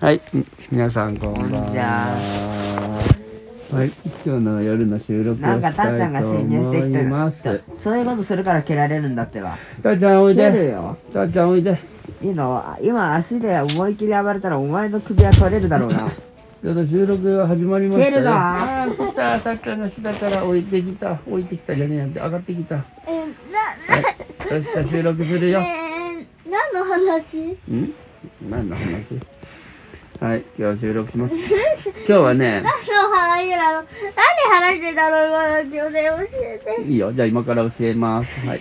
はい、み皆さんこんばんこんじゃは。はい、今日の夜の収録をしなんたかいタンちゃんがと潜入して思きいます。たそういうことするから蹴られるんだってばタンちゃんおい蹴るで。よタンちゃんおいで。いいのあ今足で思い切り暴れたらお前の首は取れるだろうなちょっと収録が始まりましたよ。蹴るぞああ、来た。タンちゃんの下から降りてきた。降りてきたじゃねえやんって上がってきた。はえー、な、い。よしじゃあ収録す るよ。えー、何の話ん何の話はい、今日収録します。今日はね、何の話なの何話してたの今の中で教えて。いいよ。じゃあ今から教えます。はい。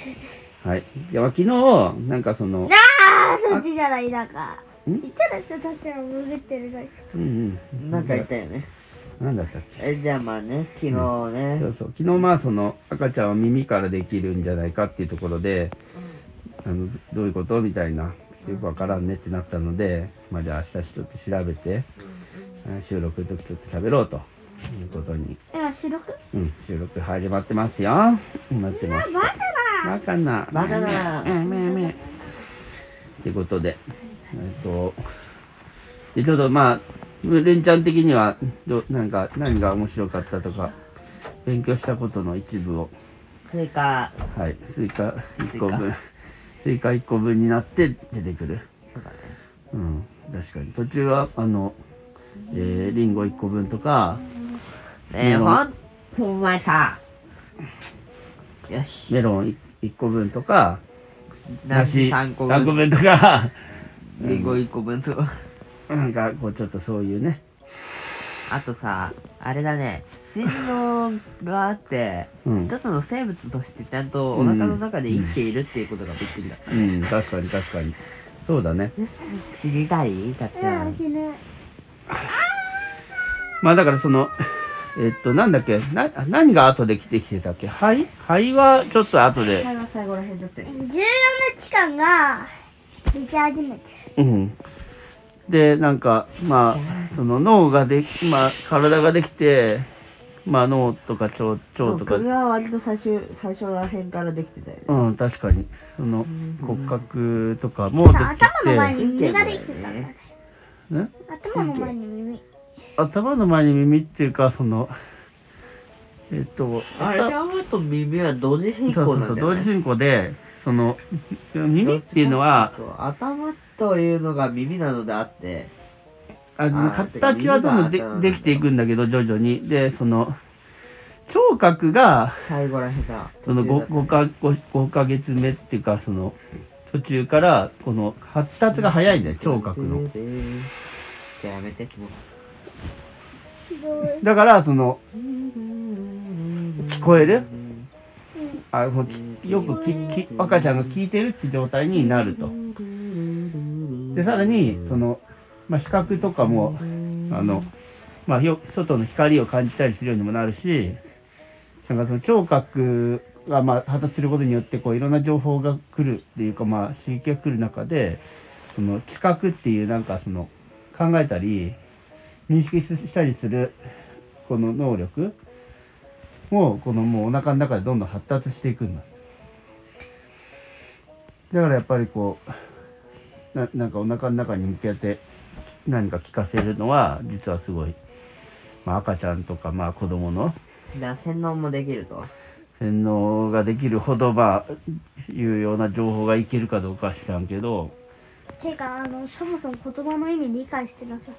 はい。じゃあ昨日、なんかその、ああ、そっちじゃない、なんか。ん言ったらさ、たっちゃんがググってるから。うんうん。 なんか言ったよねなんだったっけえじゃあまあね昨日そねうそう昨日まあその赤ちゃんは耳からできるんじゃないかっていうところで、あのどういうことみたいなよくわからんねってなったので、まあ、じゃあ明日ちょっと調べて、あ収録の時ちょっと喋ろうということに、今、白くうん、収録始まってますよなってますバカだバカなバカだめめめめってことでえっとでちょっとまあレンちゃん的にはどなんか何が面白かったとか勉強したことの一部をそれかはいスイカ1個分スイカ1個分になって出てくるそうだねうん確かに途中はあのえー、リンゴ1個分とかねえうんほんとお前さよしメロン1個分とか梨3個3個分分とか りんご1個分と なんかこうちょっとそういうねあとさあれだね水のがあってうん一つの生物としてちゃんとお腹の中で生きているっていうことがびっくりだうん、確かに確かに。そうだね。知りたいだってな。うん、死ぬ。まあだからその、えっと、なんだっけ、な、何が後で来てきてたっけ肺肺はちょっと後で。最後最後らへんだって重要な期間が、でき始めて。うん。で、なんか、まあ、その脳ができ、まあ、体ができて、まあ脳とか腸、腸とかこ、れは割と最終最初らへんからできてたよねうん、確かに。その骨格とかもでき頭の前て、に耳ができてたんだね。ね、頭の前に耳。頭の前に耳っていうか、その、えっと、あれ頭と耳は同時進そうそ行うなそんうだ同よ時ね進行でその耳っていうのは頭というのが耳なのであってあのあー形はどんどんてでか耳ができていくんだけど徐々にでその聴覚が最後らへんだその 5, 途5中だっか5ヶ月目っていうかその途中からこの発達が早いんだよた聴覚のじゃあやめてもうどうだからその聞こえるあもうきよくきき赤ちゃんが聞いてるって状態になるとでさらにその、まあ、視覚とかもあの、まあ、よ外の光を感じたりするようにもなるしなんかその聴覚がまあ発達することによってこういろんな情報が来るっていうか、まあ、刺激が来る中でその知覚っていうなんかその考えたり認識したりするこの能力もこのもうお腹の中でどんどん発達していくんだ。だからやっぱりこうななんかお腹の中に向けて何か聞かせるのは実はすごい、まあ、赤ちゃんとかまあ子供のだ洗脳もできると洗脳ができるほどまあ有用な情報がいけるかどうかは知らんけどてか、あの、そもそも言葉の意味理解してなさそ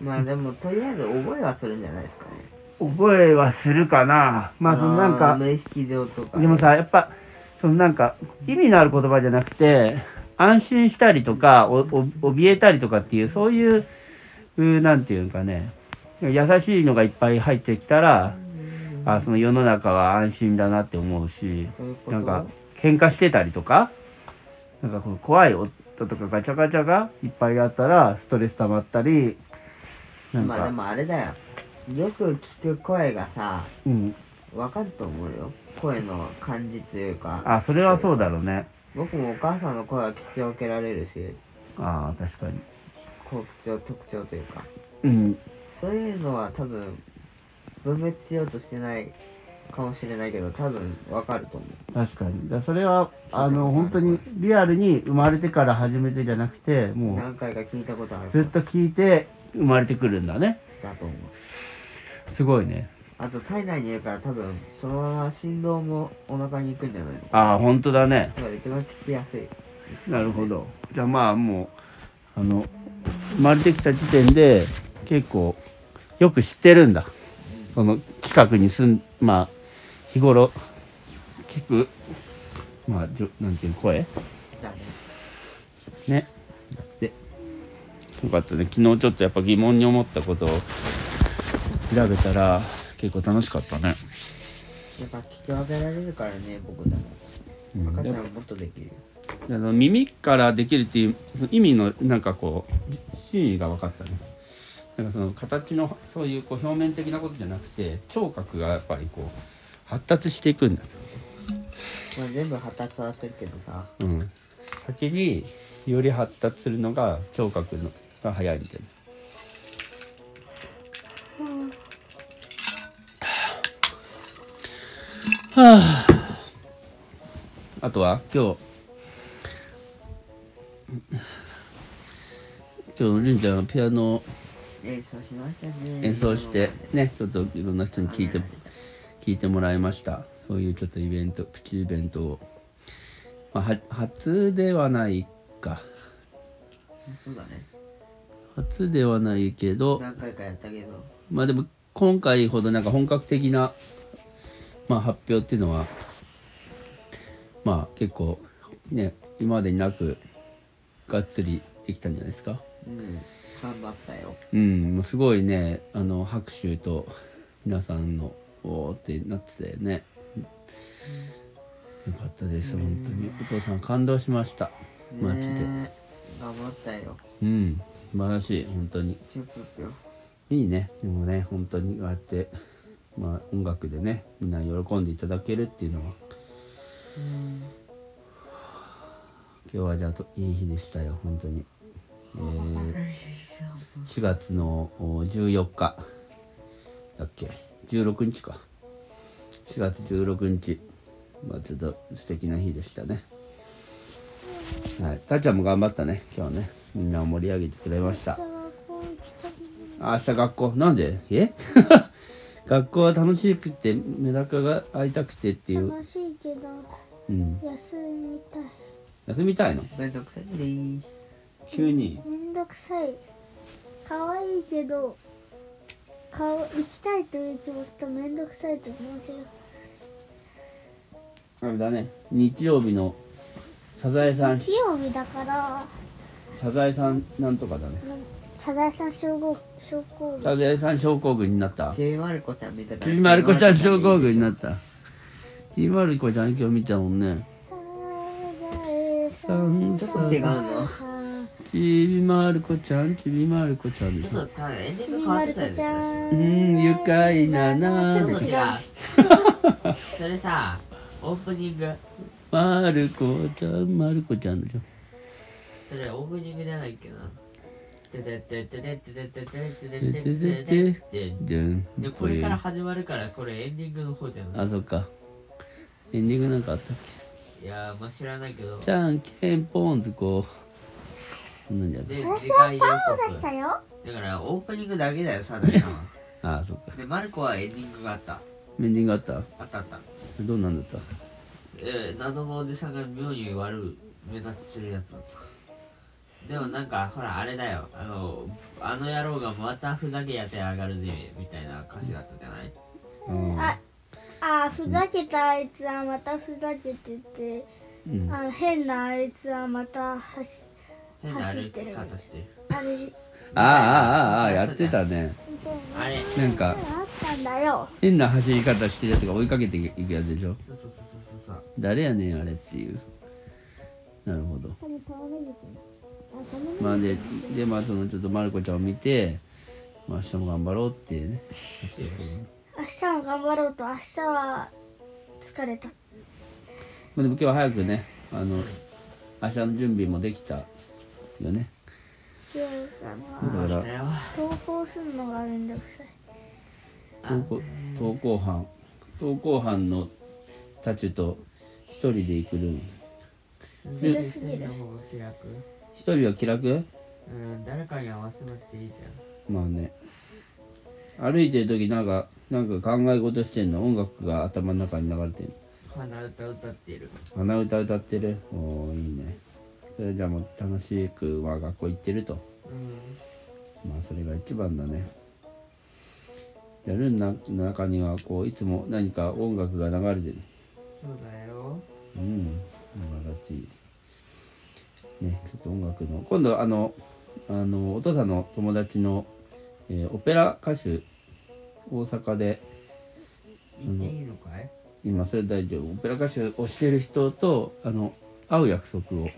う。まあでもとりあえず覚えはするんじゃないですかね覚えはするかなまあそのなんーか無意識上とかでもさやっぱそのなんか意味のある言葉じゃなくて安心したりとかおお怯えたりとかっていうそういううーなんていうかね優しいのがいっぱい入ってきたらあその世の中は安心だなって思うしそういうことなんか喧嘩してたりとかなんかこう怖い音とかガチャガチャがいっぱいあったらストレス溜まったりなんか、まあでもあれだよよく聞く声がさうんわかると思うよ声の感じというかあそれはそうだろうね僕もお母さんの声は聞き分けられるしああ確かに口調特徴というかうんそういうのは多分分別しようとしてないかもしれないけど、多分わかると思確かにだからそれはあの本当にリアルに生まれてから始めてじゃなくてう。も何回か聞いたことあうるずっと聞いて生まれてくるんだねだと思う。すごいねあと体内にいるから多分、そのまま振動もお腹に行くんじゃないのああ本当だねだから一番聞きやすい。なるほどじゃあまあもうあの生まれてきた時点で結構よく知ってるんだその企画に住んまあ日頃聞くまあじょなんていうの声だね。ねだってよかったね昨日ちょっとやっぱ疑問に思ったことを調べたら結構楽しかったね、やっぱ聞き分けられるからね、僕だうんら。赤ちやゃっんはもっとできるよ。ぱあの耳からできるっていう意味のなんかこう真意が分かったねなんかその形のそういうこう表面的なことじゃなくて聴覚がやっぱりこう発達していくんだ、まあ全部発達はするけどさ。うん、先により発達するのが聴覚のが早いみたいなあとは今日今日りんちゃんはピアノを演奏しましたね。演奏してねちょっといろんな人に聞いて聞いてもらいましたそういうちょっとイベントプチイベントを、まあ、は初ではないかそうだね。初ではないけど何回かやったけど。まあでも今回ほどなんか本格的な、まあ、発表っていうのはまあ結構ね今までになくがっつりできたんじゃないですかうん。頑張ったよ。うんもうすごいねあの拍手と皆さんのおーってなってたよねよかったです本当にお父さん感動しましたマジでねえ頑張ったよ。うん素晴らしい本当にちょっとよ。いいねでもね本当にああやってまあ音楽でねみんなに喜んでいただけるっていうのはうん。今日はじゃあといい日でしたよ本当に、えー4月のお14日だっけ16日か4月16日まあちょっと素敵な日でしたねはいたっちゃんも頑張ったね今日ねみんなを盛り上げてくれましたあ明日学校なんでえ 学校は楽しくてメダカが会いたくてっていう、楽しいけどうん、休みたい休みたいのめんどくさいね。急にめんどくさい可愛いけど顔行きたいという気持ちとめんどくさいという気持ちがあれだね日曜日のサザエさん日曜日だからサザエさんなんとかだねサザエさん症候症候群サザエさん症候群になったちびまる子ちゃん見たから。ちびまる子ちゃん症候群になっったちびまる子ちゃん今日見たもんねサザエさんちょっと違うのちびまる子ちゃんちびまる子ちゃんでしちょっょと多分エンディンちグび変わまってる子たよちね。ゃうんん愉快ななちちょょっっとと違違う。 それさ、オープニング。まる子ちゃんまる子ちゃんでしょそれオープニングじゃないっけな。ててててててててててててててじゃんでこれから始まるからこれエンディングの方じゃないあそっかエンディングなんかあったっいやーまあ知らないけどけじゃんけんポンズこうなんじゃでね次回予出し告たよだからオープニングだけだよサダイさんはあそっかでマルコはエンディングがあったエンディングあったあったあったどうなんだったえー、謎のおじさんが妙に悪い目立ちするやつだったでもなんかほらあれだよあのあの野郎がまたふざけやって上がるぜみたいな歌詞だったじゃないうんああーふざけたあいつはまたふざけててうんあの変なあいつはまた走変な歩き方してるあれみああああああやってたねたいなあれなんかあったんだよ変な走り方してるやつが追いかけていくやつでしょそうそうそうそうそうそう誰やねんあれっていうなるほどまあででまあそのちょっとまる子ちゃんを見て、まあ、明日も頑張ろうってねしてる明日も頑張ろうと明日は疲れたまあでも今日は早くねあの明日の準備もできたよね今日だかはしたらよ投稿するのがめんどくさい投稿投稿班投稿班のたちと一人で行くルームずるすぎるの方が気楽一人は気楽うん誰かに合わせなくていいじまあね歩いてる時なんかなんか考え事してんの音楽が頭の中に流れてるゃん鼻歌歌ってる鼻歌歌ってるおーいいねそれじゃあもう楽しくは学校行ってるとうんまあそれが一番だねやるな中にはこういつも何か音楽が流れてるそうだようん素晴らしいねちょっと音楽の今度あのあのお父さんの友達の、えーオペラ歌手大阪で行っていいのかい今それ大丈夫オペラ歌手をしてる人とあの会う約束を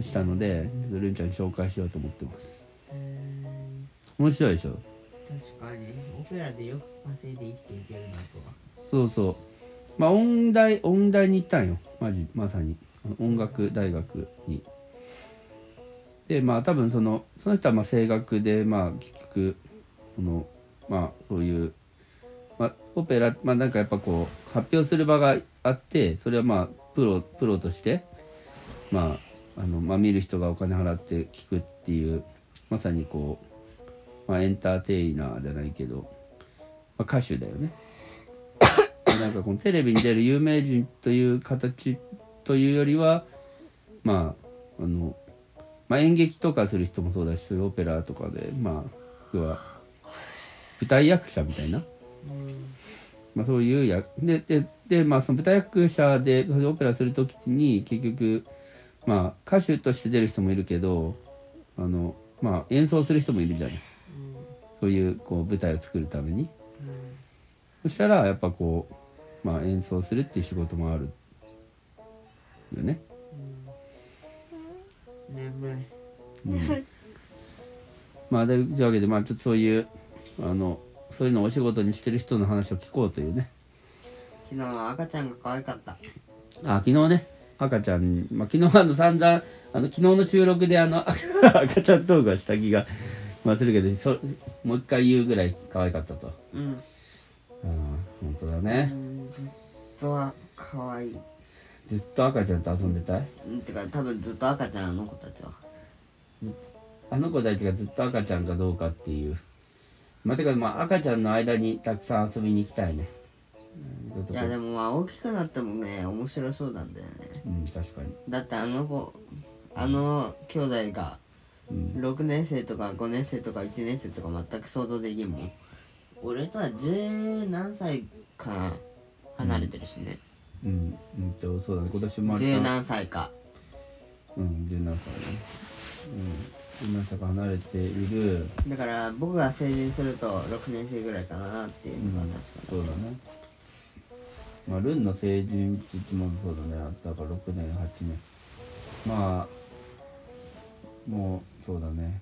したのでちょっとルンちゃんに紹介しようと思ってますうん面白いでしょ確かにオペラでよく稼いで生きていけるなとはそうそうまあ音大音大に行ったんよマジまさにあの音楽大学にでまあ多分そのその人はまあ声楽でまあ結局このまあそういう、まあ、オペラまあなんかやっぱこう発表する場があってそれはまあプロプロとしてまああの、まあ、見る人がお金払って聞くっていうまさにこう、まあ、エンターテイナーじゃないけど、まあ、歌手だよねなんかこのテレビに出る有名人という形というよりはまああの、まあ、演劇とかする人もそうだしそういうオペラとかでまあ要は舞台役者みたいな、うんまあ、そういう役ででで、まあ、その舞台役者でそれでオペラする時に結局、まあ、歌手として出る人もいるけどあの、まあ、演奏する人もいるじゃないうんそういうこう舞台を作るために。うんそしたらやっぱこう、まあ、演奏するっていう仕事もあるよね。うん眠いうん、まあでというわけでまあちょっとそういうあのそういうのをお仕事にしてる人の話を聞こうというね。昨日は赤ちゃんが可愛かったあ昨日ね赤ちゃん、まあ、昨日あの散々あの昨日の収録であの 赤ちゃんトークはした気が、まあ、するけどそもう一回言うぐらい可愛かったと。うんああ本当だうね。んずっとは可愛いずっと赤ちゃんと遊んでたいうんてか多分ずっと赤ちゃんあの子たちはあの子たちがずっと赤ちゃんかどうかっていう。まあ、てか、まあ、赤ちゃんの間にたくさん遊びに行きたいね。うんいやでもまあ大きくなってもね面白そうなんだよねうん、確かに。だってあの子あの兄弟がうん、 6年生とか5年生とか1年生とか全く想像できんもん俺とは十何歳か離れてるしねうん、うんと、そうだね、今年生ま十れた。何歳かうん、十何歳だね。うん、十何歳から離れている。だから僕が成人すると6年生ぐらいかなっていうのが確かそうだね。まあ、ルンの成人って言ってもそうだね。だから6年、8年。まあ、もう、そうだね。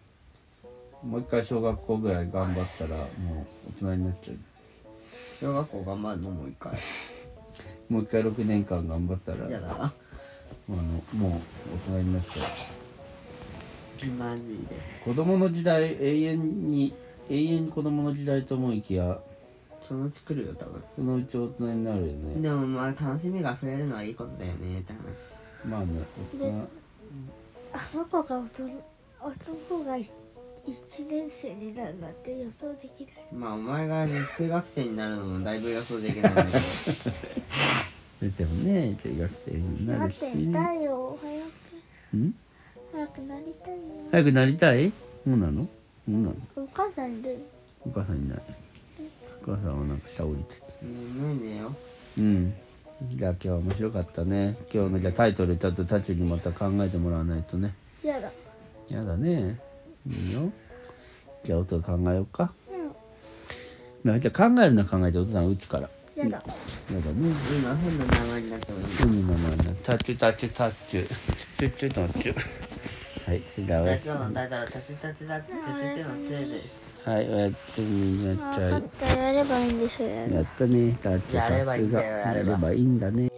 もう一回小学校ぐらい頑張ったら、もう大人になっちゃう。小学校頑張るのもう一回もう一回6年間頑張ったら、やだあのもう大人になっちゃう。マジで子供の時代、永遠に、永遠に子供の時代と思いきや、そのうち来るよ多分そのうち大人になるよね。でもまあ楽しみが増えるのはいいことだよねって話まあね、大人。あの子が大人あの子がい一年生になるなんて予想できないまあお前が中学生になるのもだいぶ予想できないんだけど出てもね、中学生にななっ。るしてたよ早くうん早くなりたいよ早くなりたいそうなのそうなのお母さんいるお母さんいないお母さんはなんか下降りてた眠いねようんじゃあ今日は面白かったね今日のじゃあタイトルちょっとタチにまた考えてもらわないとねやだやだねいいよじゃあ音考えようかうんまあじゃあ考えるのは考えて音さん打つからやだやだね今変な名前になってもいい海の名前タチュタチュタチュチュチュタチュはいそれではおラやジすオみのタイトル「タチタチタチタチタチ」のせいですはいおやすみな分さいかったやればいいんでしょやるやったねタチュタチュやればいいんだよやればやればいいんだね